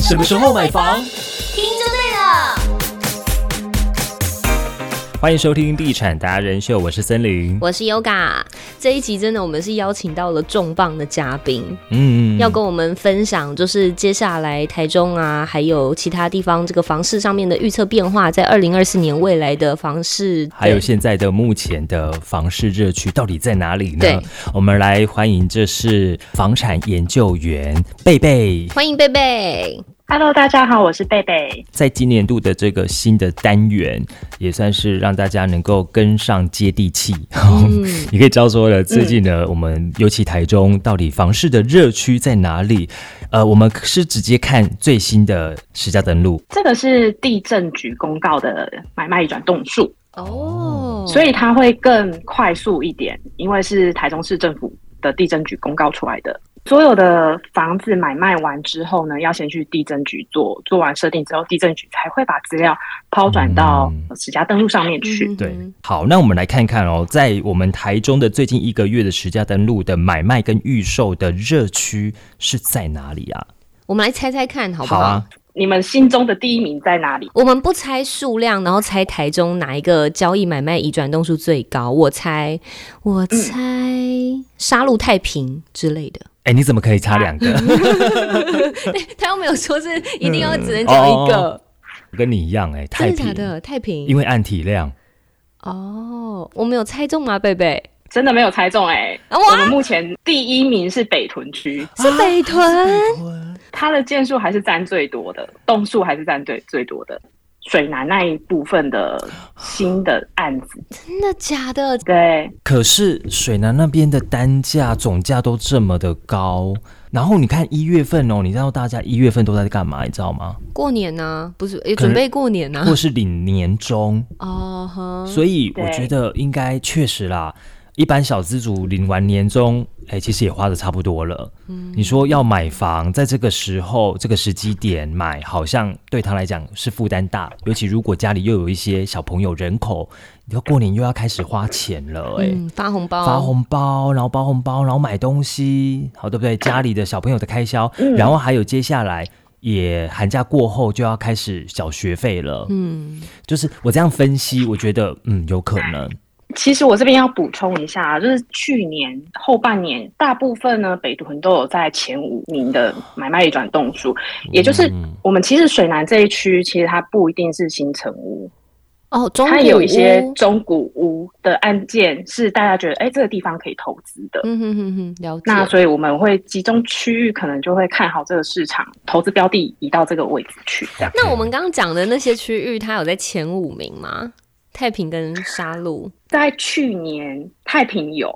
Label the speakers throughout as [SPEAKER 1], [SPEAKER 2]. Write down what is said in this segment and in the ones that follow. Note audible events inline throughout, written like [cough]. [SPEAKER 1] 什么时候买房？
[SPEAKER 2] 听就对了。
[SPEAKER 1] 欢迎收听《地产达人秀》，我是森林。
[SPEAKER 2] 我是 Yoga，这一集真的我们是邀请到了重磅的嘉宾，
[SPEAKER 1] 嗯
[SPEAKER 2] 要跟我们分享就是接下来台中啊，还有其他地方这个房市上面的预测变化，在二零二四年未来的房市
[SPEAKER 1] 还有现在的目前的房市热区到底在哪里呢
[SPEAKER 2] 对？
[SPEAKER 1] 我们来欢迎，这是房产研究员贝贝，
[SPEAKER 2] 欢迎贝贝，
[SPEAKER 3] Hello，大家好，我是贝贝。
[SPEAKER 1] 在今年度的这个新的单元，也算是让大家能够跟上接地气。
[SPEAKER 2] 嗯
[SPEAKER 1] 你可以教说了，最近呢，我们尤其台中到底房市的热区在哪里？呃，我们是直接看最新的实价登
[SPEAKER 2] 嗯
[SPEAKER 1] 录，
[SPEAKER 3] 这个是地震局公告的买卖移转动数，
[SPEAKER 2] 哦，
[SPEAKER 3] 所以它会更快速一点，因为是台中市政府的地震局公告出来的。所有的房子买卖完之后呢，要先去地震局做，做完设定之后，地震局才会把资料抛转到实价登录上面去。
[SPEAKER 2] 嗯
[SPEAKER 1] 对，好，那我们来看看哦，在我们台中的最近一个月的实价登录的买卖跟预售的热区是在哪里啊？
[SPEAKER 2] 我们来猜猜看好不好？
[SPEAKER 1] 啊，
[SPEAKER 3] 你们心中的第一名在哪里？
[SPEAKER 2] 我们不猜数量，然后猜台中哪一个交易买卖移转动数最高？我猜，我猜杀戮太平之类的。
[SPEAKER 1] 哎，你怎么可以差两
[SPEAKER 2] 啊
[SPEAKER 1] 个？
[SPEAKER 2] [laughs] 他又没有说是一定要只能
[SPEAKER 1] 嗯
[SPEAKER 2] 讲一个，
[SPEAKER 1] 我 [laughs] 跟你一样哎、哦太
[SPEAKER 2] 真的假
[SPEAKER 1] 平，
[SPEAKER 2] 的？太平？
[SPEAKER 1] 因为按体量，
[SPEAKER 2] 哦，我没有猜中吗？贝贝啊
[SPEAKER 3] 真的没有猜中哎、
[SPEAKER 2] 哇
[SPEAKER 3] 我们目前第一名是北屯区，
[SPEAKER 2] 是
[SPEAKER 1] 啊
[SPEAKER 2] 北屯，
[SPEAKER 3] 它的件数还是占最多的，栋数还是占最最多的。水南那一部分的新的案子，
[SPEAKER 2] 真的假的？
[SPEAKER 3] 对，
[SPEAKER 1] 可是水南那边的单价总价都这么的高，然后你看一月份哦，你知道大家一月份都在干嘛，你知道吗？
[SPEAKER 2] 过年呢、不是，也
[SPEAKER 1] 可能
[SPEAKER 2] 准备过年呢、
[SPEAKER 1] 或是领年终，
[SPEAKER 2] 哦呵，
[SPEAKER 1] 所以我
[SPEAKER 3] 对
[SPEAKER 1] 觉得应该确实啦，一般小资族领完年终，哎、其实也花的差不多了。
[SPEAKER 2] 嗯
[SPEAKER 1] 你说要买房，在这个时候、这个时机点买，好像对他来讲是负担大，尤其如果家里又有一些小朋友人口，你要过年又要开始花钱了、哎、
[SPEAKER 2] 嗯，发红包，
[SPEAKER 1] 发红包，然后包红包，然后买东西，好对不对？家里的小朋友的开销，
[SPEAKER 2] 嗯
[SPEAKER 1] 然后还有接下来也寒假过后就要开始缴学费了。
[SPEAKER 2] 嗯，
[SPEAKER 1] 就是我这样分析，我觉得嗯有可能，
[SPEAKER 3] 其实我这边要补充一下，啊就是去年后半年，大部分呢北屯都有在前五名的买卖移转动数，也就是我们其实水南这一区，其实它不一定是新城屋，
[SPEAKER 2] 哦，中
[SPEAKER 3] 它有一些
[SPEAKER 2] 古屋
[SPEAKER 3] 中古屋的案件是大家觉得，哎，这个地方可以投资的。
[SPEAKER 2] 嗯哼哼哼，了解。
[SPEAKER 3] 那所以我们会集中区域，可能就会看好这个市场，投资标的移到这个位置去。这样，
[SPEAKER 2] 那我们刚刚讲的那些区域，它有在前五名吗？太平跟沙鹿
[SPEAKER 3] 在去年太平有，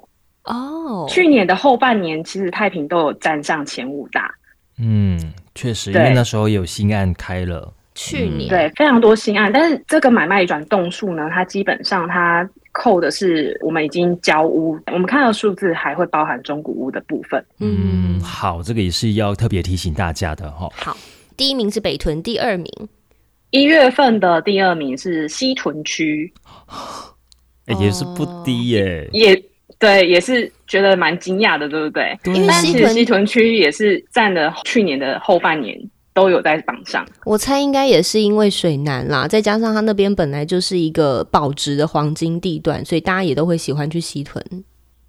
[SPEAKER 2] 哦，
[SPEAKER 3] 去年的后半年，其实太平都有站上前五大，
[SPEAKER 1] 嗯，确实，因
[SPEAKER 3] 对
[SPEAKER 1] 为那时候有新案开了，
[SPEAKER 2] 去年
[SPEAKER 3] 对，非常多新案。但是这个买卖移转动数呢，它基本上它扣的是我们已经交屋，我们看到数字还会包含中古屋的部分。
[SPEAKER 1] 嗯，
[SPEAKER 2] 嗯，
[SPEAKER 1] 好，这个也是要特别提醒大家的哈、
[SPEAKER 2] 好，第一名是北屯，第二名
[SPEAKER 3] 一月份的第二名是西屯区，
[SPEAKER 1] 哎也是不低耶、
[SPEAKER 3] 也对，也是觉得蛮惊讶的，对不对？
[SPEAKER 1] 对
[SPEAKER 2] 因为
[SPEAKER 3] 但
[SPEAKER 2] 西
[SPEAKER 3] 是
[SPEAKER 2] 屯
[SPEAKER 3] 西屯区也是占了去年的后半年都有在榜上，
[SPEAKER 2] 我猜应该也是因为水南啦，再加上它那边本来就是一个保值的黄金地段，所以大家也都会喜欢去西屯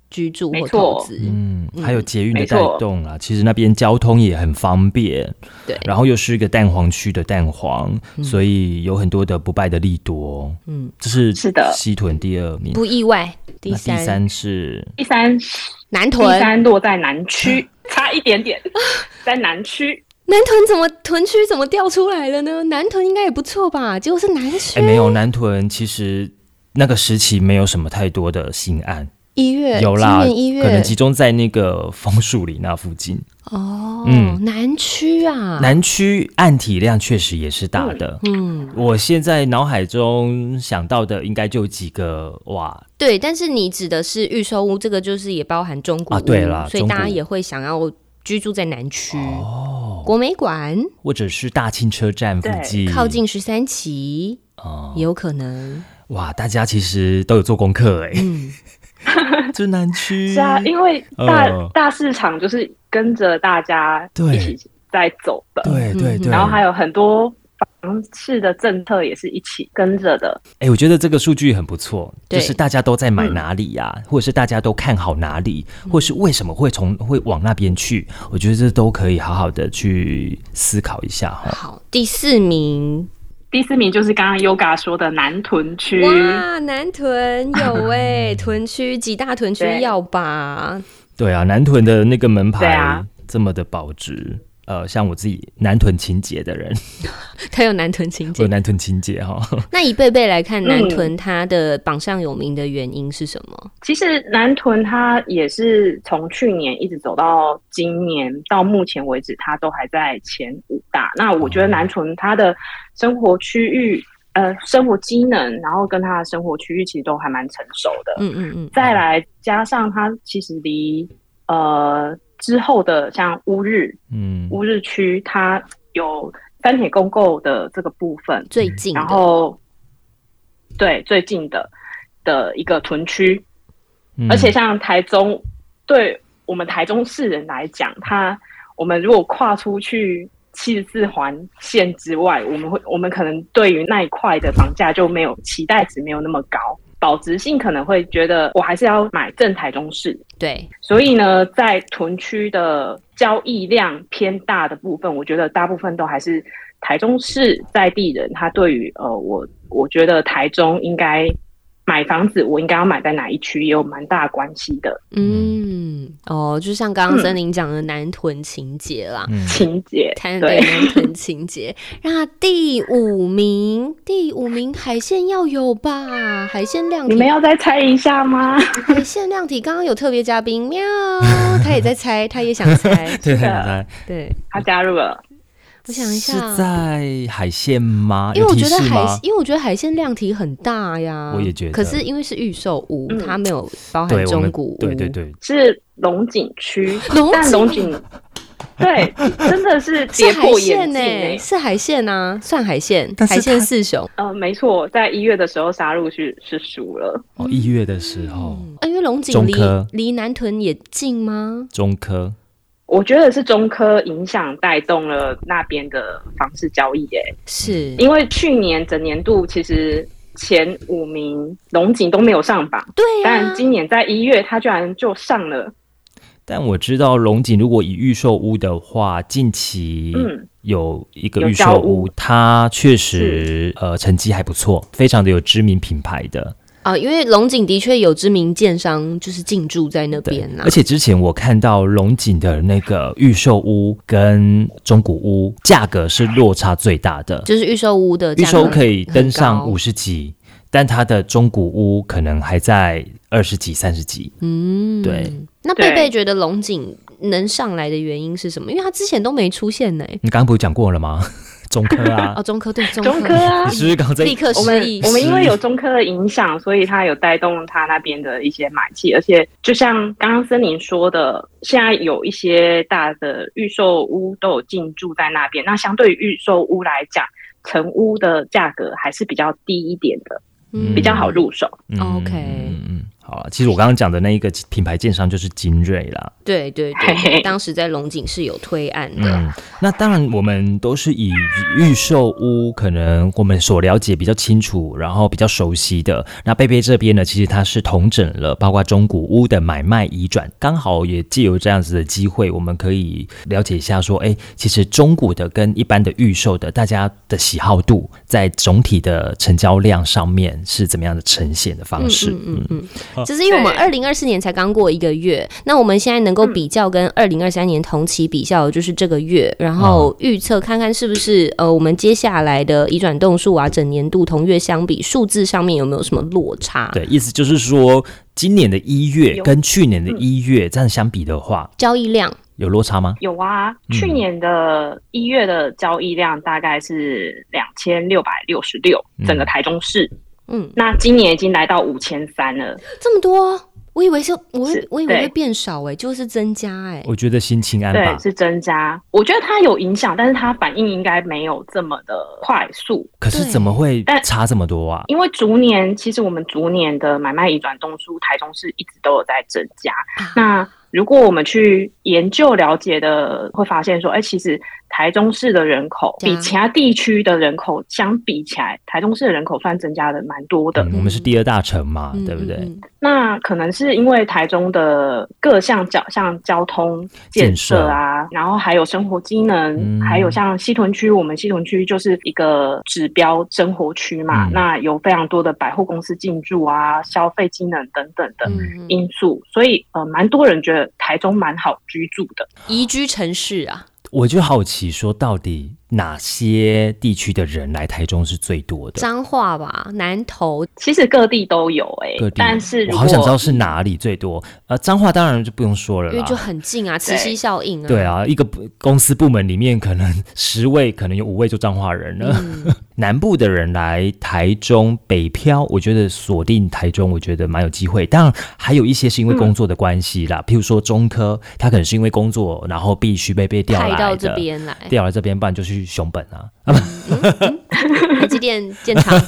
[SPEAKER 2] 居住或
[SPEAKER 3] 没错
[SPEAKER 2] 投资。
[SPEAKER 1] 嗯，还有捷运的
[SPEAKER 3] 没
[SPEAKER 1] 带
[SPEAKER 3] 错
[SPEAKER 1] 动啊，其实那边交通也很方便，
[SPEAKER 2] 对
[SPEAKER 1] 然后又是一个蛋黄区的蛋黄，所以有很多的不败的利多，
[SPEAKER 2] 嗯，
[SPEAKER 1] 这是
[SPEAKER 3] 是的
[SPEAKER 1] 西屯第二名，
[SPEAKER 2] 不意外。第
[SPEAKER 1] 那
[SPEAKER 2] 三，
[SPEAKER 1] 第三是
[SPEAKER 3] 第三
[SPEAKER 2] 南
[SPEAKER 3] 第
[SPEAKER 2] 屯，
[SPEAKER 3] 三落在南区，差一点点，在南区。
[SPEAKER 2] 南屯怎么屯区怎么掉出来了呢？南屯应该也不错吧？结果是南区
[SPEAKER 1] 哎、没有南屯，其实那个时期没有什么太多的新案，
[SPEAKER 2] 一月，
[SPEAKER 1] 有啦，
[SPEAKER 2] 今年一月
[SPEAKER 1] 可能集中在那个枫树林那附近。
[SPEAKER 2] 哦，
[SPEAKER 1] 嗯
[SPEAKER 2] 南区啊，
[SPEAKER 1] 南区案体量确实也是大的。
[SPEAKER 2] 嗯，
[SPEAKER 1] 我现在脑海中想到的应该就几个哇，
[SPEAKER 2] 对，但是你指的是预售屋，这个就是也包含中古屋，
[SPEAKER 1] 啊对啦
[SPEAKER 2] 所以大
[SPEAKER 1] 中
[SPEAKER 2] 家
[SPEAKER 1] 古屋
[SPEAKER 2] 也会想要居住在南区哦，国美馆
[SPEAKER 1] 或者是大庆车站附近
[SPEAKER 2] 靠近十三期
[SPEAKER 1] 哦、
[SPEAKER 2] 也有可能，嗯
[SPEAKER 1] 哇，大家其实都有做功课哎、 [laughs] 就南区
[SPEAKER 2] 啊
[SPEAKER 3] 是啊，因为大、
[SPEAKER 1] 嗯
[SPEAKER 3] 大市场就是跟着大家
[SPEAKER 1] 对
[SPEAKER 3] 一起在走的。
[SPEAKER 1] 对对
[SPEAKER 2] 嗯
[SPEAKER 1] 对。
[SPEAKER 3] 然后还有很多房市的政策也是一起跟着的。
[SPEAKER 1] 哎、我觉得这个数据很不错，就
[SPEAKER 2] 对
[SPEAKER 1] 是大家都在买哪里呀、或者是大家都看好哪里，或是为什么会从会往那边去，我觉得这都可以好好的去思考一下哈。
[SPEAKER 2] 好，第四名
[SPEAKER 3] 第四名就是刚刚 Yoga 说的南屯区，
[SPEAKER 2] 哇，南屯有哎、屯区几大屯区
[SPEAKER 3] 对
[SPEAKER 2] 要 [laughs] 吧？
[SPEAKER 1] 对啊，南屯的那个门
[SPEAKER 3] 对
[SPEAKER 1] 牌
[SPEAKER 3] 啊
[SPEAKER 1] 这么的保值，呃，像我自己南屯情节的人，
[SPEAKER 2] 它有南屯情
[SPEAKER 1] 我有
[SPEAKER 2] 节。
[SPEAKER 1] 南屯情节哈。
[SPEAKER 2] 那以贝贝来看，
[SPEAKER 3] 嗯
[SPEAKER 2] 南屯它的榜上有名的原因是什么？
[SPEAKER 3] 其实南屯它也是从去年一直走到今年，到目前为止，它都还在前五大。那我觉
[SPEAKER 2] 哦
[SPEAKER 3] 得南屯它的生活区域、呃生活机能，然后跟它的生活区域其实都还蛮成熟的。
[SPEAKER 2] 嗯嗯嗯，
[SPEAKER 3] 再来加上它其实离呃之后的像乌日
[SPEAKER 1] 嗯，
[SPEAKER 3] 乌日区，它有三铁公购的这个部分，
[SPEAKER 2] 最近的
[SPEAKER 3] 然后对最近的的一个屯区，
[SPEAKER 1] 嗯
[SPEAKER 3] 而且像台中，对我们台中市人来讲，它我们如果跨出去七十四环线之外，我们会我们可能对于那一块的房价就没有期待值没有那么高，保值性可能会觉得我还是要买正台中市。
[SPEAKER 2] 对
[SPEAKER 3] 所以呢，在屯区的交易量偏大的部分，我觉得大部分都还是台中市在地人，他对于呃，我我觉得台中应该买房子，我应该要买在哪一区，也有蛮大关系的
[SPEAKER 2] 嗯，哦，就像刚刚
[SPEAKER 3] 嗯
[SPEAKER 2] 森林讲的南屯情节啦，
[SPEAKER 1] 嗯。
[SPEAKER 3] 情节。
[SPEAKER 2] 谈对
[SPEAKER 3] 对，
[SPEAKER 2] 南屯情
[SPEAKER 3] [laughs]
[SPEAKER 2] 节。那第五名，第五名海鲜要有吧？海鲜量
[SPEAKER 3] 你
[SPEAKER 2] 体
[SPEAKER 3] 们要再猜一下吗？
[SPEAKER 2] 海鲜量体，刚刚有特别嘉宾喵，他也在猜，他也想
[SPEAKER 3] [laughs]
[SPEAKER 2] 猜
[SPEAKER 1] 对对
[SPEAKER 3] 的
[SPEAKER 1] 对，
[SPEAKER 2] 对，
[SPEAKER 3] 他加入了，
[SPEAKER 2] 我想一下
[SPEAKER 1] 是在海线吗？
[SPEAKER 2] 因为我
[SPEAKER 1] 有提
[SPEAKER 2] 觉得
[SPEAKER 1] 示
[SPEAKER 2] 海
[SPEAKER 1] 吗，
[SPEAKER 2] 因为我觉得海鲜量体很大呀。
[SPEAKER 1] 我也觉得
[SPEAKER 2] 可是因为是预售屋，
[SPEAKER 3] 嗯
[SPEAKER 2] 它没有包含
[SPEAKER 1] 对我
[SPEAKER 2] 中
[SPEAKER 1] 们
[SPEAKER 2] 古屋。
[SPEAKER 1] 对对。对，
[SPEAKER 3] 是龙井区，
[SPEAKER 2] [laughs] 龙井
[SPEAKER 3] 但龙井对，真的是
[SPEAKER 2] 是
[SPEAKER 3] 跌
[SPEAKER 2] 海
[SPEAKER 3] 破眼
[SPEAKER 2] 鲜
[SPEAKER 3] 镜
[SPEAKER 2] 呢、
[SPEAKER 3] 欸
[SPEAKER 2] 是海鲜啊，算海鲜，
[SPEAKER 1] 但是
[SPEAKER 2] 海鲜
[SPEAKER 1] 它
[SPEAKER 2] 四雄。
[SPEAKER 3] 呃，没错，在一月的时候杀入是是输了，
[SPEAKER 1] 哦，一月的时候，
[SPEAKER 2] 啊因为龙井
[SPEAKER 1] 哦中
[SPEAKER 2] 离
[SPEAKER 1] 科
[SPEAKER 2] 离南屯也近吗？
[SPEAKER 1] 中科
[SPEAKER 3] 我觉得是中科影响带动了那边的房市交易、耶，
[SPEAKER 2] 是，
[SPEAKER 1] 嗯
[SPEAKER 3] 因为去年整年度其实前五名龙井都没有上榜，
[SPEAKER 2] 对啊呀、
[SPEAKER 3] 但今年在一月它居然就上了，
[SPEAKER 1] 但我知道龙井如果以预售屋的话，近期
[SPEAKER 3] 嗯
[SPEAKER 1] 有一个
[SPEAKER 3] 有
[SPEAKER 1] 预
[SPEAKER 3] 交
[SPEAKER 1] 售屋，
[SPEAKER 3] 屋
[SPEAKER 1] 它确实呃成绩还不错，非常的有知名品牌的。
[SPEAKER 2] 啊、因为龙井的确有知名建商就是进驻在那
[SPEAKER 1] 对
[SPEAKER 2] 边，啦、啊
[SPEAKER 1] 而且之前我看到龙井的那个预售屋跟中古屋价格是落差最大的，
[SPEAKER 2] 就是预售屋的
[SPEAKER 1] 预
[SPEAKER 2] 价
[SPEAKER 1] 售
[SPEAKER 2] 格
[SPEAKER 1] 可以
[SPEAKER 2] 很
[SPEAKER 1] 登上
[SPEAKER 2] 高
[SPEAKER 1] 五十几，但它的中古屋可能还在二十几、三十几。
[SPEAKER 2] 嗯，
[SPEAKER 1] 对。
[SPEAKER 2] 那贝
[SPEAKER 3] 对
[SPEAKER 2] 贝觉得龙井能上来的原因是什么？因为他之前都没出现呢、
[SPEAKER 1] 你刚刚不是讲过了吗？ [laughs] 中科啊
[SPEAKER 2] 哦，，中科
[SPEAKER 3] [laughs]
[SPEAKER 2] 对中科，
[SPEAKER 3] 中
[SPEAKER 1] [laughs]
[SPEAKER 3] 科啊
[SPEAKER 1] 你。是不是刚在
[SPEAKER 2] 立刻
[SPEAKER 3] 我们
[SPEAKER 2] 失忆。
[SPEAKER 3] 我们因为有中科的影响，所以它有带动它那边的一些买气，而且就像刚刚森林说的，现在有一些大的预售屋都有进驻在那边，那相对于预售屋来讲，成屋的价格还是比较低一点的，
[SPEAKER 2] 嗯
[SPEAKER 3] 比较好入手。
[SPEAKER 1] 嗯
[SPEAKER 2] OK
[SPEAKER 1] 嗯嗯，好啊。其实我刚刚讲的那一个品牌建商就是精锐啦。
[SPEAKER 2] 对对
[SPEAKER 3] 嘿
[SPEAKER 2] 对，
[SPEAKER 3] 嘿
[SPEAKER 2] 当时在龙井是有推案的。
[SPEAKER 1] 嗯，那当然我们都是以预售屋，可能我们所了解比较清楚，然后比较熟悉的。那贝贝这边呢，其实它是统整了包括中古屋的买卖移转，刚好也借由这样子的机会，我们可以了解一下说，哎，其实中古的跟一般的预售的，大家的喜好度在总体的成交量上面是怎么样的呈现的方式？
[SPEAKER 2] 嗯嗯嗯
[SPEAKER 1] 啊
[SPEAKER 2] 嗯，只是因为我们二零二四年才刚过一个月，那我们现在能
[SPEAKER 3] 嗯
[SPEAKER 2] 够比较跟二零二三年同期比较，就是这个月，然后预测看看是不是呃，我们接下来的移转动数啊，整年度同月相比，数字上面有没有什么落差？
[SPEAKER 1] 对，意思就是说，今年的一月
[SPEAKER 3] 有
[SPEAKER 1] 跟去年的一月这样相比的话，
[SPEAKER 2] 交易量
[SPEAKER 1] 有落差吗？
[SPEAKER 3] 有啊，
[SPEAKER 1] 嗯
[SPEAKER 3] 去年的一月的交易量大概是两千六百六十六，整个台中市。
[SPEAKER 2] 嗯，
[SPEAKER 3] 那今年已经来到五千三了，
[SPEAKER 2] 这么多，我以为是，我会
[SPEAKER 3] 是
[SPEAKER 2] 我以为会
[SPEAKER 3] 对
[SPEAKER 2] 变少哎、就是增加哎、
[SPEAKER 1] 我觉得心情安吧
[SPEAKER 3] 对，。是增加。我觉得它有影响，但是它反应应该没有这么的快速，
[SPEAKER 1] 可是
[SPEAKER 2] 对
[SPEAKER 1] 怎么会
[SPEAKER 3] 但
[SPEAKER 1] 差这么多啊？
[SPEAKER 3] 因为逐年其实我们逐年的买卖移转动数，台中市一直都有在增加。
[SPEAKER 2] 啊
[SPEAKER 3] 那如果我们去研究了解的，会发现说，哎、其实台中市的人口
[SPEAKER 2] 对啊
[SPEAKER 3] 比其他地区的人口相比起来，台中市的人口算增加的蛮多的。
[SPEAKER 1] 嗯，我们是第二大城嘛，啊对不对？
[SPEAKER 2] 嗯
[SPEAKER 3] 那可能是因为台中的各项交像交通建设啊，然后还有生活机能，
[SPEAKER 1] 嗯
[SPEAKER 3] 还有像西屯区，我们西屯区就是一个指标生活区嘛，
[SPEAKER 1] 嗯
[SPEAKER 3] 那有非常多的百货公司进驻啊、消费机能等等的。
[SPEAKER 2] 嗯嗯
[SPEAKER 3] 因素，所以呃，蛮多人觉得台中蛮好居住的。
[SPEAKER 2] 宜居城市啊，
[SPEAKER 1] 我就好奇说，到底哪些地区的人来台中是最多的？
[SPEAKER 2] 彰化吧，南投，
[SPEAKER 3] 其实各地都有哎、
[SPEAKER 1] 各地，
[SPEAKER 3] 但是
[SPEAKER 1] 我
[SPEAKER 3] 如果
[SPEAKER 1] 好想知道是哪里最多。呃，彰化当然就不用说了
[SPEAKER 2] 因为
[SPEAKER 1] 啦，
[SPEAKER 2] 就很近啊，磁吸效应啊，
[SPEAKER 1] 对，啊，一个部公司部门里面可能十位，可能有五位就彰化人了。
[SPEAKER 2] 嗯
[SPEAKER 1] [laughs] 南部的人来台中北漂，我觉得锁定台中，我觉得蛮有机会。当然，还有一些是因为工作的关系
[SPEAKER 2] 嗯
[SPEAKER 1] 啦，譬如说中科，他可能是因为工作，然后必须被被调
[SPEAKER 2] 派
[SPEAKER 1] 来
[SPEAKER 2] 到
[SPEAKER 1] 的
[SPEAKER 2] 这边来，
[SPEAKER 1] 调来这边，不然就去熊本啊。
[SPEAKER 2] 台积电建 [laughs] 厂，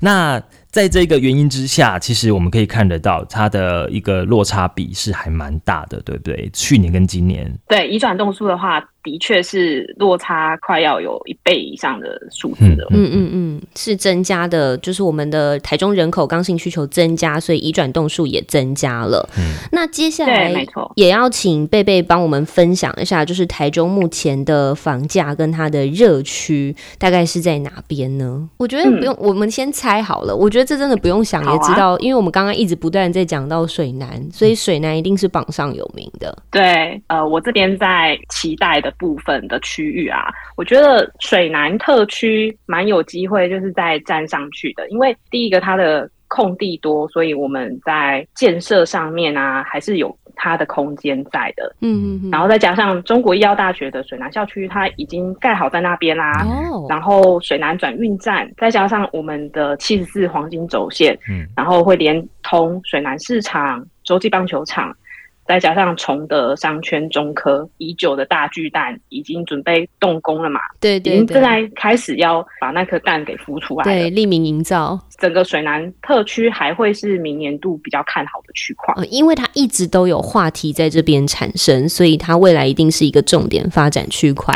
[SPEAKER 1] 那在这个原因之下，其实我们可以看得到它的一个落差比是还蛮大的，对不对？去年跟今年，
[SPEAKER 3] 对移转动数的话，的确是落差快要有一倍以上的数字了。
[SPEAKER 2] 嗯嗯嗯，是增加的，就是我们的台中人口刚性需求增加，所以移转动数也增加了。
[SPEAKER 1] 嗯
[SPEAKER 2] 那接下来
[SPEAKER 3] 对没错
[SPEAKER 2] 也要请贝贝帮我们分享一下，就是台中目前的房价跟它的热区大概是在哪边呢？我觉得不用，我们先猜好了。我觉得这真的不用想
[SPEAKER 3] 嗯好
[SPEAKER 2] 也
[SPEAKER 3] 啊
[SPEAKER 2] 知道，因为我们刚刚一直不断在讲到水南，所
[SPEAKER 3] 嗯
[SPEAKER 2] 以水南一定是榜上有名的。
[SPEAKER 3] 对，呃，我这边在期待的部分的区域啊，我觉得水南特区蛮有机会，就是在站上去的，因为第一个它的空地多，所以我们在建设上面啊，还是有它的空间在的。
[SPEAKER 2] 嗯嗯嗯
[SPEAKER 3] 然后再加上中国医药大学的水南校区，它已经盖好在那边啦、
[SPEAKER 2] 哦，
[SPEAKER 3] 然后水南转运站，再加上我们的七十四黄金轴线，
[SPEAKER 1] 嗯
[SPEAKER 3] 然后会连通水南市场、洲际棒球场，再加上崇德商圈、中科已久的大巨蛋已经准备动工了嘛，
[SPEAKER 2] 对
[SPEAKER 3] 已
[SPEAKER 2] 对
[SPEAKER 3] 经正
[SPEAKER 2] 对，
[SPEAKER 3] 在开始要把那颗蛋给孵出来了
[SPEAKER 2] 对。利民营造。
[SPEAKER 3] 整个水南特区还会是明年度比较看好的区块。
[SPEAKER 2] 呃，因为它一直都有话题在这边产生，所以它未来一定是一个重点发展区块。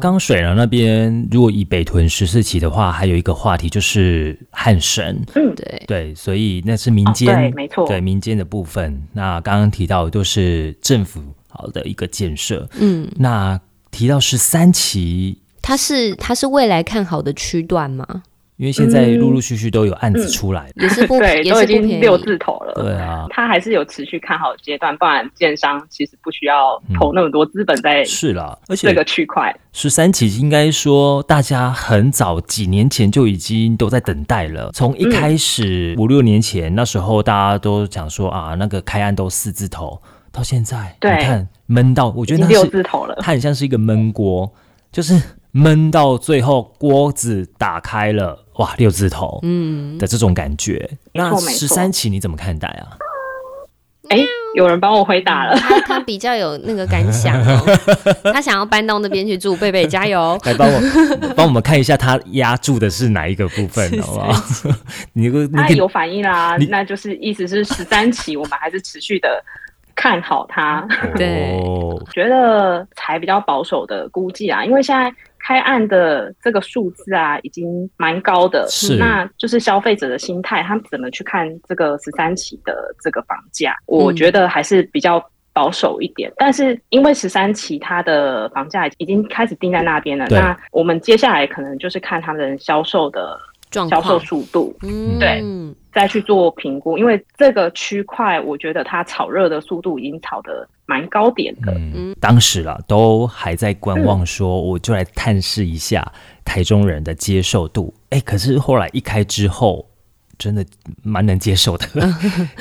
[SPEAKER 1] 刚水南那边，如果以北屯十四期的话，还有一个话题就是汉神，
[SPEAKER 2] 对，
[SPEAKER 1] 对，所以那是民
[SPEAKER 3] 哦
[SPEAKER 1] 间，
[SPEAKER 3] 对没错
[SPEAKER 1] 对民间的部分。那刚刚提到的都是政府好的一个建设，
[SPEAKER 2] 嗯，
[SPEAKER 1] 那提到十三期。
[SPEAKER 2] 它是它是未来看好的区段吗？
[SPEAKER 1] 因为现在
[SPEAKER 3] 嗯
[SPEAKER 1] 陆陆续续都有案子出来，
[SPEAKER 2] 也是不
[SPEAKER 3] [laughs] 对，
[SPEAKER 2] 也
[SPEAKER 3] 都
[SPEAKER 2] 是
[SPEAKER 3] 已
[SPEAKER 2] 不便
[SPEAKER 3] 经六
[SPEAKER 2] 宜。
[SPEAKER 3] 字头了。
[SPEAKER 1] 对啊，
[SPEAKER 3] 它还是有持续看好的阶段，不然建商其实不需要投那么多资本在
[SPEAKER 1] 嗯是啦，而且
[SPEAKER 3] 这个区块。
[SPEAKER 1] 十三期应该说，大家很早几年前就已经都在等待了。从
[SPEAKER 3] 嗯
[SPEAKER 1] 一开始五六年前，那时候大家都讲说啊，那个开案都四字头，到现在
[SPEAKER 3] 对
[SPEAKER 1] 你看闷到，我觉
[SPEAKER 3] 已
[SPEAKER 1] 得
[SPEAKER 3] 经
[SPEAKER 1] 它
[SPEAKER 3] 六字
[SPEAKER 1] 是
[SPEAKER 3] 头了，
[SPEAKER 1] 它很像是一个闷锅，就是闷到最后锅子打开了，哇，六字头
[SPEAKER 2] 嗯，
[SPEAKER 1] 的这种感觉。那
[SPEAKER 3] 没错没
[SPEAKER 1] 十
[SPEAKER 3] 错
[SPEAKER 1] 三期你怎么看待啊？ [laughs]
[SPEAKER 3] 哎、有人帮我回答了。
[SPEAKER 2] 他他比较有那个感想
[SPEAKER 3] [laughs]
[SPEAKER 2] 哦，他想要搬到那边去住。贝贝加油！
[SPEAKER 1] 来帮我帮我们看一下，它压住的是哪一个部分，好不好？ [laughs] 你个你
[SPEAKER 3] 他
[SPEAKER 1] 可以
[SPEAKER 3] 有反应啦
[SPEAKER 1] 你，
[SPEAKER 3] 那就是意思是十三期，我们还是持续的看好它。
[SPEAKER 2] 对
[SPEAKER 1] 哦
[SPEAKER 3] 觉得才比较保守的估计啊，因为现在开案的这个数字啊，已经蛮高的，
[SPEAKER 1] 是
[SPEAKER 3] 那就是消费者的心态，他们怎么去看这个十三期的这个房价？我觉得还是比较。保守一点，但是因为十三期它的房价已经开始定在那边了，
[SPEAKER 1] 对
[SPEAKER 3] 那我们接下来可能就是看他们销售的
[SPEAKER 2] 状
[SPEAKER 3] 销售
[SPEAKER 2] 况，
[SPEAKER 3] 速度，
[SPEAKER 2] 嗯，
[SPEAKER 3] 对再去做评估，因为这个区块我觉得它炒热的速度已经炒得蛮高点的，
[SPEAKER 1] 嗯，当时啦，都还在观望说，我就来探视一下台中人的接受度。哎，可是后来一开之后，真的蛮能接
[SPEAKER 2] [laughs]
[SPEAKER 1] 受的，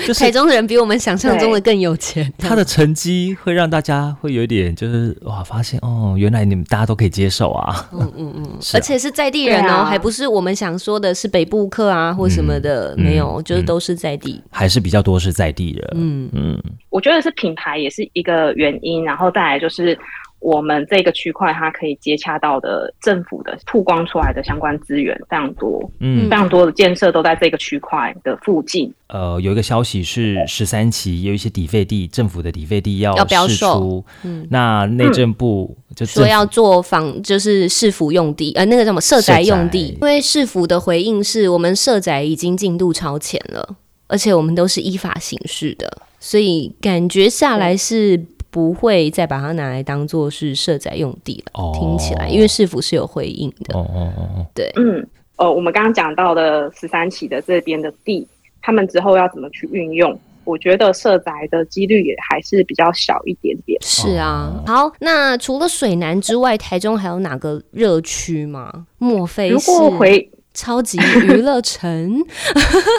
[SPEAKER 1] 就
[SPEAKER 2] 台
[SPEAKER 1] 是
[SPEAKER 2] 中的人比我们想象中的更有钱。
[SPEAKER 1] 他的成绩会让大家会有一点就是哇，发现哦，原来你们大家都可以接受啊。
[SPEAKER 2] 嗯嗯嗯，
[SPEAKER 1] 是啊
[SPEAKER 2] 而且是在地人
[SPEAKER 3] 对
[SPEAKER 2] 哦，
[SPEAKER 3] 啊
[SPEAKER 2] 还不是我们想说的是北部客啊或什么的，
[SPEAKER 1] 嗯
[SPEAKER 2] 没有，
[SPEAKER 1] 嗯
[SPEAKER 2] 就是都是在地。
[SPEAKER 1] 还是比较多是在地人，
[SPEAKER 2] 嗯
[SPEAKER 1] 嗯
[SPEAKER 3] 我觉得是品牌也是一个原因，然后再来就是我们这个区块它可以接洽到的政府的曝光出来的相关资源非常多，
[SPEAKER 1] 嗯
[SPEAKER 3] 非常多的建设都在这个区块的附近。
[SPEAKER 1] 呃，有一个消息是十三期有一些底费地，政府的底费地要
[SPEAKER 2] 要标
[SPEAKER 1] 释
[SPEAKER 2] 售
[SPEAKER 1] 出，
[SPEAKER 2] 嗯
[SPEAKER 1] 那内政部就政
[SPEAKER 2] 说
[SPEAKER 1] 府
[SPEAKER 2] 要做房，就是市府用地，呃，那个叫什么社宅用地
[SPEAKER 1] 社宅，
[SPEAKER 2] 因为市府的回应是我们社宅已经进度超前了，而且我们都是依法行事的，所以感觉
[SPEAKER 3] 哦
[SPEAKER 2] 下来是不会再把它拿来当做是社宅用地了。
[SPEAKER 1] 哦
[SPEAKER 2] 听起来，因为市府是有回应的，
[SPEAKER 1] 哦哦哦哦，
[SPEAKER 2] 对，
[SPEAKER 3] 嗯，呃，我们刚刚讲到的十三期的这边的地，他们之后要怎么去运用？我觉得社宅的几率也还是比较小一点点。
[SPEAKER 2] 是
[SPEAKER 3] 哦
[SPEAKER 2] 啊。好，那除了水南之外，台中还有哪个热区吗？莫非
[SPEAKER 3] 如
[SPEAKER 2] 是
[SPEAKER 3] 果回
[SPEAKER 2] 超级娱乐城？ [laughs]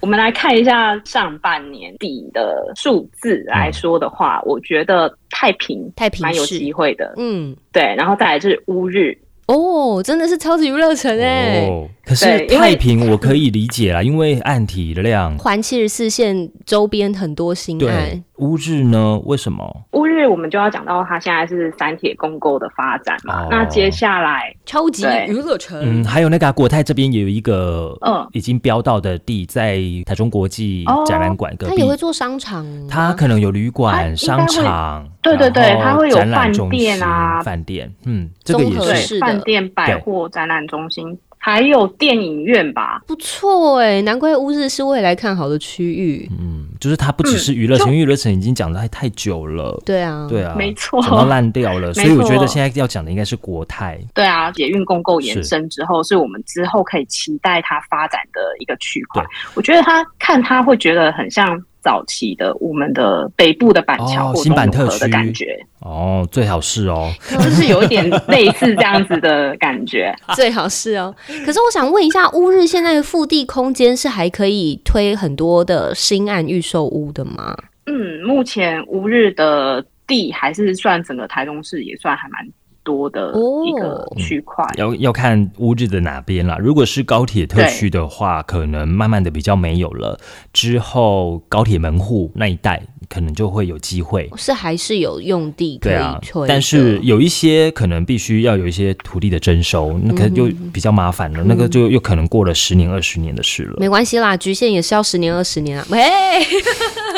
[SPEAKER 3] 我们来看一下上半年底的数字来说的话，我觉得太平
[SPEAKER 2] 太平
[SPEAKER 3] 蛮有
[SPEAKER 2] 市
[SPEAKER 3] 机会的。
[SPEAKER 2] 嗯，
[SPEAKER 3] 对，然后再来就是乌日，
[SPEAKER 2] 哦，真的是超级娱乐城哎、
[SPEAKER 1] 哦，可是
[SPEAKER 3] 对因为
[SPEAKER 1] 太平我可以理解
[SPEAKER 3] [laughs]
[SPEAKER 1] 啦，因为案体量。
[SPEAKER 2] 环七十四线周边很多新案
[SPEAKER 1] 对，，乌日呢？为什么？
[SPEAKER 3] 乌日我们就要讲到它现在是三铁共构的发展嘛。
[SPEAKER 1] 哦
[SPEAKER 3] 那接下来，
[SPEAKER 2] 超级
[SPEAKER 3] 对
[SPEAKER 2] 娱乐
[SPEAKER 1] 嗯，
[SPEAKER 2] 城。
[SPEAKER 1] 还有那个啊、国泰这边也有一个，
[SPEAKER 3] 嗯
[SPEAKER 1] 已经标到的地，在台中国际
[SPEAKER 3] 哦
[SPEAKER 1] 展览馆隔
[SPEAKER 2] 他
[SPEAKER 1] 壁
[SPEAKER 2] 也，会做商场吗，
[SPEAKER 1] 它可能有旅
[SPEAKER 3] 它
[SPEAKER 1] 馆、
[SPEAKER 3] 应该
[SPEAKER 1] 商场，
[SPEAKER 3] 对对对
[SPEAKER 1] 然后
[SPEAKER 3] 它会有
[SPEAKER 1] 展览中
[SPEAKER 3] 饭店啊
[SPEAKER 1] 心饭店，嗯，这个
[SPEAKER 2] 综合
[SPEAKER 1] 也
[SPEAKER 3] 对
[SPEAKER 1] 是
[SPEAKER 2] 式的
[SPEAKER 3] 饭店、百货、展览中心，还有电影院吧。
[SPEAKER 2] 不错哎、难怪乌日是未来看好的区域。
[SPEAKER 1] 嗯，就是它不只是娱乐城，因为娱乐城已经讲的太太久了，
[SPEAKER 2] 对啊，
[SPEAKER 1] 对啊，
[SPEAKER 3] 嗯没错
[SPEAKER 1] 讲到烂掉了，所以
[SPEAKER 3] [laughs] 没
[SPEAKER 1] 我
[SPEAKER 3] 错
[SPEAKER 1] 觉得现在要讲的应该是国泰，
[SPEAKER 3] 对啊，捷运共构延伸之后，是我们之后可以期待它发展的一个区块
[SPEAKER 1] 对。
[SPEAKER 3] 我觉得它看它会觉得很像早期的我们的北部的板
[SPEAKER 1] 哦
[SPEAKER 3] 桥或
[SPEAKER 1] 新
[SPEAKER 3] 中
[SPEAKER 1] 板
[SPEAKER 3] 永
[SPEAKER 1] 特
[SPEAKER 3] 和的
[SPEAKER 1] 区
[SPEAKER 3] 感觉，
[SPEAKER 1] 哦，最好是哦，
[SPEAKER 3] 就是有一点类似这样子的感觉。
[SPEAKER 2] 最好是哦。可是我想问一下，乌日现在的腹地空间是还可以推很多的新案预售屋的吗？
[SPEAKER 3] 嗯，目前乌日的地还是算整个台中市也算还蛮多的一个
[SPEAKER 2] 哦
[SPEAKER 3] 区块。
[SPEAKER 1] 要要看乌日的哪边啦。如果是高铁特区的话，可能慢慢的比较没有了。之后高铁门户那一带，可能就会有机会。
[SPEAKER 2] 是还是有用地可
[SPEAKER 1] 对
[SPEAKER 2] 以
[SPEAKER 1] 啊
[SPEAKER 2] 推的、，
[SPEAKER 1] 但是有一些可能必须要有一些土地的征收，那个
[SPEAKER 2] 嗯
[SPEAKER 1] 就比较麻烦了，那个就又可能过了十年二十年的事了。
[SPEAKER 2] [laughs] 没关系啦，局限也是要十年二十年啊。喂，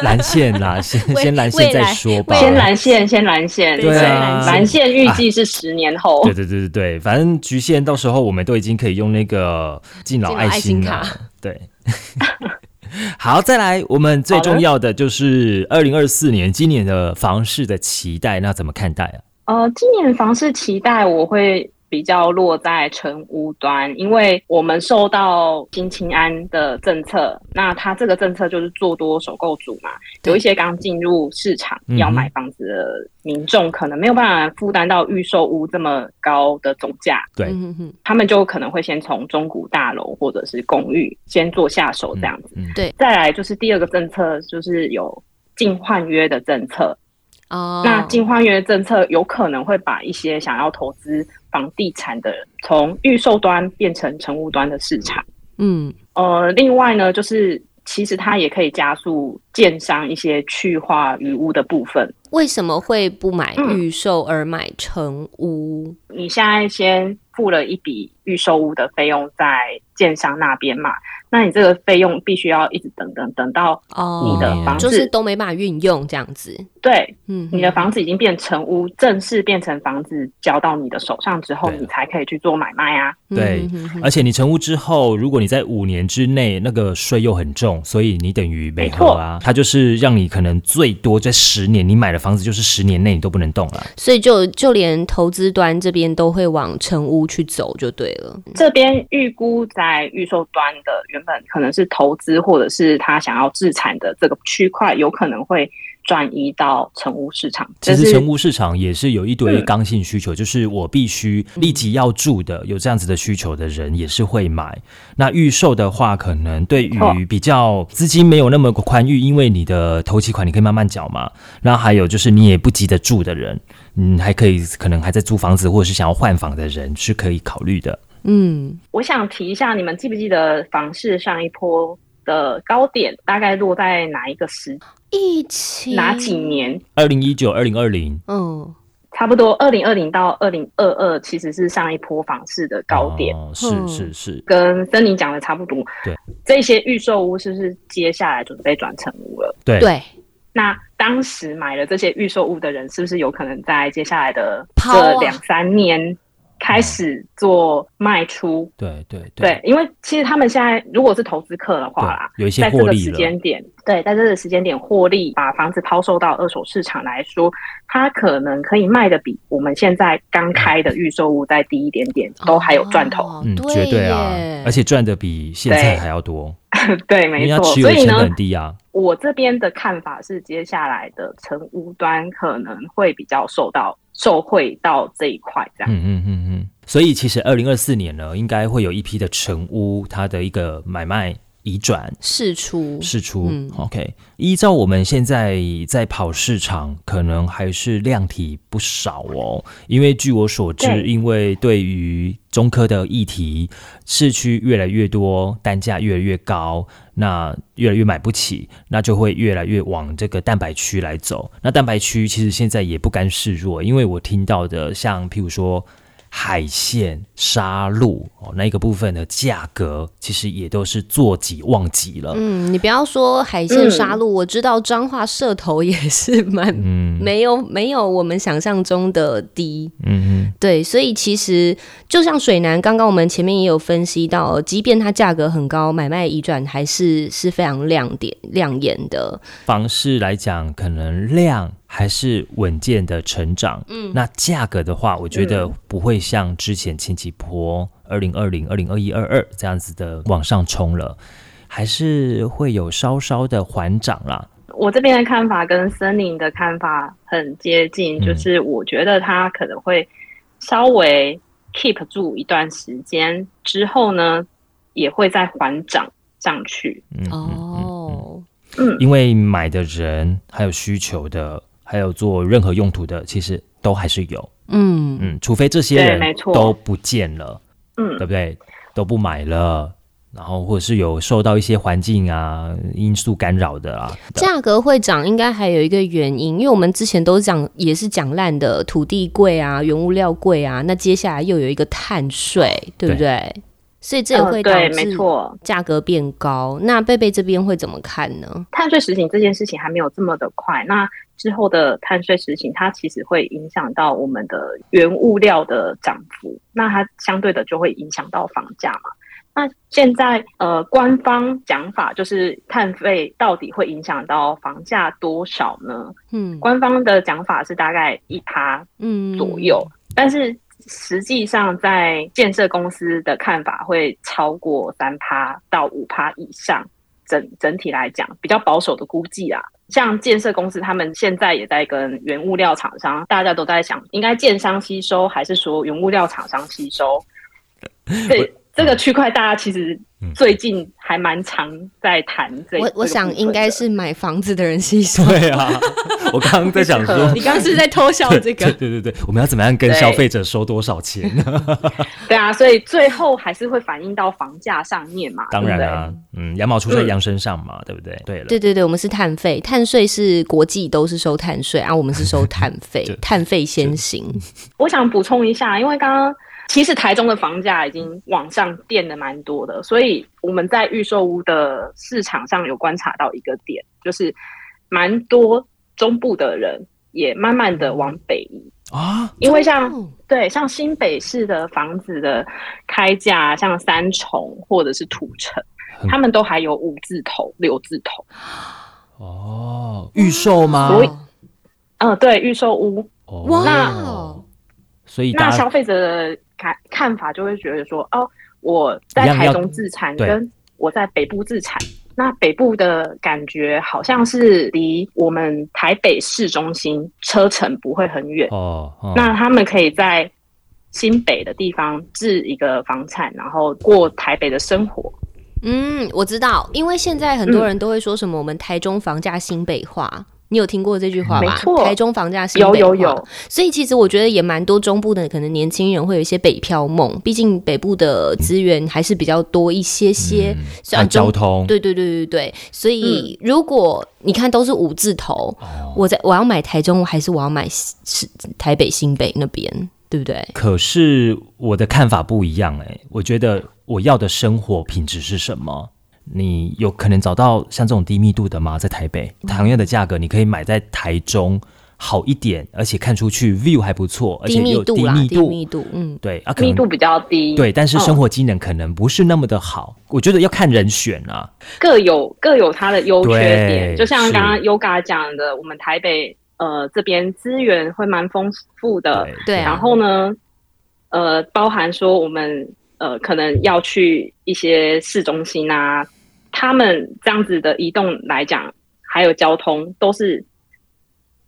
[SPEAKER 1] 蓝线啦，先
[SPEAKER 2] 未
[SPEAKER 1] 先蓝线再说吧。
[SPEAKER 3] 先蓝线，先蓝线，
[SPEAKER 1] 对啊
[SPEAKER 3] 蓝线预计是十年后。
[SPEAKER 1] 对对对对对，反正局限到时候我们都已经可以用那个敬老爱心
[SPEAKER 2] 敬老
[SPEAKER 1] 卡。
[SPEAKER 2] 爱心
[SPEAKER 1] 对， [laughs] 好，再来，我们最重要的就是二零二四年今年的房市的期待，那怎么看待啊？
[SPEAKER 3] 呃，今年房市期待我会比较落在成屋端，因为我们受到新青安的政策，那它这个政策就是做多首购族嘛，
[SPEAKER 2] 对
[SPEAKER 3] 有一些刚进入市场
[SPEAKER 1] 嗯哼
[SPEAKER 3] 要买房子的民众，可能没有办法负担到预售屋这么高的总价，
[SPEAKER 1] 对，
[SPEAKER 2] 嗯哼哼
[SPEAKER 3] 他们就可能会先从中古大楼或者是公寓先做下手这样子。
[SPEAKER 1] 嗯嗯
[SPEAKER 2] 对
[SPEAKER 3] 再来就是第二个政策，就是有净换约的政策。
[SPEAKER 2] 哦，
[SPEAKER 3] 那净换约政策有可能会把一些想要投资房地产的，从预售端变成成屋端的市场。
[SPEAKER 2] 嗯，
[SPEAKER 3] 呃，另外呢，就是其实它也可以加速建商一些去化余屋的部分。
[SPEAKER 2] 为什么会不买
[SPEAKER 3] 嗯
[SPEAKER 2] 预售而买成屋？
[SPEAKER 3] 你现在先付了一笔预售屋的费用在建商那边嘛，那你这个费用必须要一直等等等到
[SPEAKER 2] 哦，
[SPEAKER 3] 你的
[SPEAKER 1] 嗯
[SPEAKER 3] 房子、
[SPEAKER 2] 就是都没办法运用这样子。
[SPEAKER 3] 对
[SPEAKER 2] 嗯，
[SPEAKER 3] 你的房子已经变成屋，正式变成房子交到你的手上之后，
[SPEAKER 1] 对
[SPEAKER 3] 你才可以去做买卖啊。
[SPEAKER 2] 嗯
[SPEAKER 1] 对
[SPEAKER 2] 嗯嗯嗯
[SPEAKER 1] 而且你成屋之后，如果你在五年之内那个税又很重，所以你等于没合啊，它就是让你可能最多在十年，你买的房子就是十年内你都不能动了。
[SPEAKER 2] 所以就就连投资端这边都会往成屋去走，就对了。
[SPEAKER 3] 这边预估在预售端的原本可能是投资或者是他想要自产的这个区块，有可能会转移到成屋市场。
[SPEAKER 1] 其
[SPEAKER 3] 这
[SPEAKER 1] 实
[SPEAKER 3] 是嗯
[SPEAKER 1] 成屋市场也是有一堆刚性需求，就是我必须立即要住的，有这样子的需求的人也是会买。那预售的话，可能对
[SPEAKER 3] 错
[SPEAKER 1] 于比较资金没有那么宽裕，因为你的头期款你可以慢慢缴嘛。然后还有就是你也不急着住的人，嗯，还可以可能还在租房子或者是想要换房的人是可以考虑的。
[SPEAKER 2] 嗯，
[SPEAKER 3] 我想提一下，你们记不记得房市上一波的高点大概落在哪一个时
[SPEAKER 2] 疫情
[SPEAKER 3] 哪几？年？
[SPEAKER 1] 二零一九、二零二零，
[SPEAKER 2] 嗯，
[SPEAKER 3] 差差不多二零二零到二零二二其实是上一波房市的高点，嗯
[SPEAKER 1] 哦、是是是，
[SPEAKER 3] 跟森林讲的差不多。
[SPEAKER 1] 对，
[SPEAKER 3] 这些预售屋是不是接下来准备转成屋了？
[SPEAKER 1] 对
[SPEAKER 2] 对，
[SPEAKER 3] 那当时买了这些预售屋的人，是不是有可能在接下来的
[SPEAKER 2] 抛啊
[SPEAKER 3] 这两三年开始做卖出？
[SPEAKER 1] 对嗯对
[SPEAKER 3] 对，因为其实他们现在如果是投资客的话啦，
[SPEAKER 1] 对有一些
[SPEAKER 3] 在这
[SPEAKER 1] 获
[SPEAKER 3] 个
[SPEAKER 1] 利
[SPEAKER 3] 时
[SPEAKER 1] 了
[SPEAKER 3] 间点，对，在这个时间点获利，把房子抛售到二手市场来说，它可能可以卖的比我们现在刚开的预售屋再低一点点，都还有赚头。
[SPEAKER 2] 哦
[SPEAKER 1] 嗯，
[SPEAKER 2] 对
[SPEAKER 1] 绝对啊
[SPEAKER 2] 耶，
[SPEAKER 1] 而且赚的比现在还要多，
[SPEAKER 3] 对，
[SPEAKER 1] 因为
[SPEAKER 3] 没
[SPEAKER 1] 它
[SPEAKER 3] 错。
[SPEAKER 1] 持有
[SPEAKER 3] 所
[SPEAKER 1] 的
[SPEAKER 3] 以
[SPEAKER 1] 成
[SPEAKER 3] 呢
[SPEAKER 1] 本，低啊。
[SPEAKER 3] 我这边的看法是，接下来的成屋端可能会比较受到受惠到这一块，这样。
[SPEAKER 1] 嗯嗯嗯嗯。所以其实二零二四年呢，应该会有一批的成屋，它的一个买卖移转
[SPEAKER 2] 试出
[SPEAKER 1] 释出。
[SPEAKER 2] 嗯
[SPEAKER 1] OK，依照我们现在在跑市场，可能还是量体不少哦。因为据我所知，
[SPEAKER 3] 对
[SPEAKER 1] 因为对于中科的议题，市区越来越多，单价越来越高，那越来越买不起，那就会越来越往这个蛋白区来走。那蛋白区其实现在也不甘示弱，因为我听到的像譬如说。海鲜、沙鹿哦，那一个部分的价格其实也都是做几望几了。
[SPEAKER 2] 嗯，你不要说海鲜杀
[SPEAKER 3] 嗯
[SPEAKER 2] 戮，我知道彰化社头也是蛮、没有没有我们想象中的低，
[SPEAKER 1] 嗯嗯，
[SPEAKER 2] 对，所以其实就像水南，刚刚我们前面也有分析到，即便它价格很高，买卖移转还是是非常亮点亮眼的，
[SPEAKER 1] 房市来讲，可能量还是稳健的成长。嗯，那价格的话，我觉得不会像之前前几波二零二零、二零二一、二二这样子的往上冲了，还是会有稍稍的缓涨啦。
[SPEAKER 3] 我这边的看法跟森林的看法很接近，
[SPEAKER 1] 嗯
[SPEAKER 3] 就是我觉得它可能会稍微 keep 住一段时间之后呢，也会再缓涨上去。
[SPEAKER 1] 嗯，
[SPEAKER 2] 哦，
[SPEAKER 3] 嗯，
[SPEAKER 1] 因为买的人还有需求的，还有做任何用途的，其实都还是有。
[SPEAKER 2] 嗯
[SPEAKER 1] 嗯，除非这些
[SPEAKER 3] 对
[SPEAKER 1] 人
[SPEAKER 3] 没错
[SPEAKER 1] 都不见了，
[SPEAKER 3] 嗯
[SPEAKER 1] 对不对？都不买了，然后或者是有受到一些环境啊因素干扰的啊，
[SPEAKER 2] 价格会涨，应该还有一个原因，因为我们之前都讲也是讲烂的土地贵啊、原物料贵啊，那接下来又有一个碳税，对不对？所以这也
[SPEAKER 3] 呃
[SPEAKER 2] 会导
[SPEAKER 3] 对，没
[SPEAKER 2] 致
[SPEAKER 3] 错，
[SPEAKER 2] 价格变高。那贝贝这边会怎么看呢？
[SPEAKER 3] 碳税实行这件事情还没有这么的快。那之后的碳税实行，它其实会影响到我们的原物料的涨幅，那它相对的就会影响到房价嘛。那现在呃，官方讲法就是碳费到底会影响到房价多少呢？
[SPEAKER 2] 嗯
[SPEAKER 3] 官方的讲法是大概一趴
[SPEAKER 2] 嗯
[SPEAKER 3] 左右，但是实际上在建设公司的看法会超过三趴到五趴以上。整整体来讲，比较保守的估计啊，像建设公司他们现在也在跟原物料厂商，大家都在想，应该建商吸收还是说原物料厂商
[SPEAKER 2] [laughs]
[SPEAKER 3] 吸收？对这个区块，大家其实
[SPEAKER 1] 嗯
[SPEAKER 3] 最近还蛮常在谈这。
[SPEAKER 2] 我我
[SPEAKER 3] 这个部
[SPEAKER 2] 想
[SPEAKER 3] 分
[SPEAKER 2] 应该
[SPEAKER 3] 的
[SPEAKER 2] 是买房子的人吸收。
[SPEAKER 1] 对啊， [laughs] 我刚刚在想说 [laughs]
[SPEAKER 2] 你。刚刚是不是在偷笑这
[SPEAKER 1] 对 [laughs]
[SPEAKER 2] 个？
[SPEAKER 1] 对对对，我们要怎么样跟
[SPEAKER 3] 对
[SPEAKER 1] 消费者收多少钱呢？
[SPEAKER 3] 对啊，所以最后还是会反映到房价上面嘛。
[SPEAKER 1] 当然
[SPEAKER 3] 对不对
[SPEAKER 1] 啊，嗯，羊毛出在羊身上嘛，对不
[SPEAKER 3] 嗯
[SPEAKER 1] 对？对了，
[SPEAKER 2] 对对对，我们是碳费，碳税是国际都是收碳税啊，我们是收碳费
[SPEAKER 1] 这，
[SPEAKER 2] 碳费先行。
[SPEAKER 3] 我想补充一下，因为刚刚其实台中的房价已经往上垫的蛮多的，所以我们在预售屋的市场上有观察到一个点，就是蛮多中部的人也慢慢的往北移，
[SPEAKER 1] 啊，
[SPEAKER 3] 因为像
[SPEAKER 2] 哦
[SPEAKER 3] 对像新北市的房子的开价，像三重或者是土城，
[SPEAKER 1] 嗯
[SPEAKER 3] 他们都还有五字头、六字头。
[SPEAKER 1] 哦，预售吗？
[SPEAKER 3] 所以嗯、对，预售屋
[SPEAKER 1] 哦
[SPEAKER 2] 哇，
[SPEAKER 1] 所以
[SPEAKER 3] 那
[SPEAKER 1] 大
[SPEAKER 3] 消
[SPEAKER 1] 家
[SPEAKER 3] 费者的看看法就会觉得说，哦，我
[SPEAKER 1] 一
[SPEAKER 3] 在
[SPEAKER 1] 样
[SPEAKER 3] 台
[SPEAKER 1] 要
[SPEAKER 3] 中自产
[SPEAKER 1] 对
[SPEAKER 3] 跟我在北部自产，那北部的感觉好像是离我们台北市中心车程不会很远，
[SPEAKER 1] 哦，哦
[SPEAKER 3] 那他们可以在新北的地方置一个房产，然后过台北的生活。
[SPEAKER 2] 嗯，我知道，因为现在很多人都会说什么我们台中房价新北化。你有听过这句话
[SPEAKER 3] 没
[SPEAKER 2] 吧？
[SPEAKER 3] 错
[SPEAKER 2] 台中房价新
[SPEAKER 3] 有
[SPEAKER 2] 北
[SPEAKER 3] 有
[SPEAKER 2] 化
[SPEAKER 3] 有，
[SPEAKER 2] 所以其实我觉得也蛮多中部的可能年轻人会有一些北漂梦，毕竟北部的资源还是比较多一些些，虽然
[SPEAKER 1] 按
[SPEAKER 2] 中
[SPEAKER 1] 交通，
[SPEAKER 2] 对对对对对，所以
[SPEAKER 3] 嗯
[SPEAKER 2] 如果你看都是五字头，
[SPEAKER 1] 哦
[SPEAKER 2] 我在我要买台中，我还是我要买是是台北新北那边，对不对？
[SPEAKER 1] 可是我的看法不一样哎、我觉得我要的生活品质是什么？你有可能找到像这种低密度的吗？在台北，同样的价格，你可以买在台中好一点，而且看出去 view 还不错，而且
[SPEAKER 2] 低密
[SPEAKER 1] 又
[SPEAKER 2] 度
[SPEAKER 1] 低
[SPEAKER 2] 啦，
[SPEAKER 1] 密
[SPEAKER 2] 低
[SPEAKER 1] 度，
[SPEAKER 2] 密度，哦嗯，
[SPEAKER 1] 对啊，可
[SPEAKER 3] 密
[SPEAKER 1] 能
[SPEAKER 3] 度比较低，
[SPEAKER 1] 对，但是
[SPEAKER 3] 嗯
[SPEAKER 1] 生活机能可能不是那么的好。我觉得要看人选啊，
[SPEAKER 3] 各有各有它的优缺
[SPEAKER 1] 对
[SPEAKER 3] 点，就像
[SPEAKER 1] 是
[SPEAKER 3] 刚刚 Yoga 讲的，我们台北呃这边资源会蛮丰富的，
[SPEAKER 2] 对啊
[SPEAKER 3] 然后呢，呃，包含说我们呃可能要去一些市中心啊，他们这样子的移动来讲，还有交通都是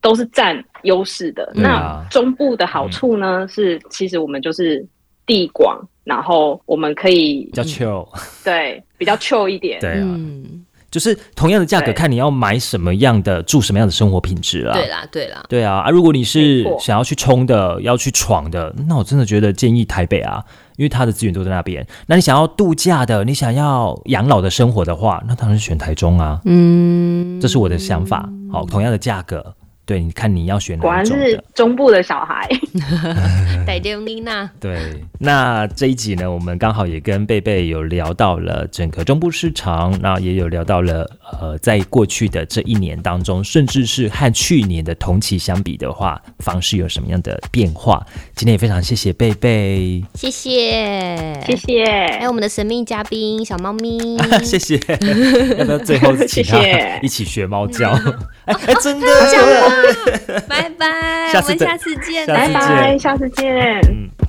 [SPEAKER 3] 都是占优势的。
[SPEAKER 1] 对啊嗯
[SPEAKER 3] 那中部的好处呢，是其实我们就是地广，然后我们可以
[SPEAKER 1] 比较 chill，
[SPEAKER 3] 对比较 chill 一点，
[SPEAKER 1] 对啊，
[SPEAKER 2] 嗯，
[SPEAKER 1] 就是同样的价格，
[SPEAKER 3] 对
[SPEAKER 1] 看你要买什么样的，住什么样的生活品质啊。
[SPEAKER 2] 对啦对啦，
[SPEAKER 1] 对啊，啊，如果你是
[SPEAKER 3] 没错
[SPEAKER 1] 想要去冲的，要去闯的，那我真的觉得建议台北啊，因为它的资源都在那边。那你想要度假的，你想要养老的生活的话，那当然是选台中啊，
[SPEAKER 2] 嗯，
[SPEAKER 1] 这是我的想法。好，同样的价格，对，你看你要选
[SPEAKER 3] 果
[SPEAKER 1] 哪
[SPEAKER 3] 然
[SPEAKER 1] 一种
[SPEAKER 3] 是
[SPEAKER 1] 的。
[SPEAKER 3] 中部的小孩，
[SPEAKER 1] 嗯
[SPEAKER 2] 台中丽娜，
[SPEAKER 1] 对，那这一集呢，我们刚好也跟贝贝有聊到了整个中部市场，那也有聊到了呃，在过去的这一年当中，甚至是和去年的同期相比的话，房市有什么样的变化？今天也非常谢谢贝贝，
[SPEAKER 2] 谢谢，
[SPEAKER 3] 谢。谢，
[SPEAKER 2] 还有我们的神秘嘉宾小猫
[SPEAKER 1] [laughs]
[SPEAKER 2] 咪，
[SPEAKER 1] 谢谢，要不要最后请他
[SPEAKER 3] 嗯 [laughs] 谢谢
[SPEAKER 1] 一起学猫
[SPEAKER 3] [laughs]
[SPEAKER 1] 叫？哎哎，真的，
[SPEAKER 2] 拜拜，
[SPEAKER 1] 下
[SPEAKER 2] 我
[SPEAKER 1] 次
[SPEAKER 2] 们
[SPEAKER 1] 等
[SPEAKER 2] 下次见，
[SPEAKER 1] 下次
[SPEAKER 3] 拜
[SPEAKER 1] 见
[SPEAKER 3] 拜，下次见。
[SPEAKER 1] 嗯，拜。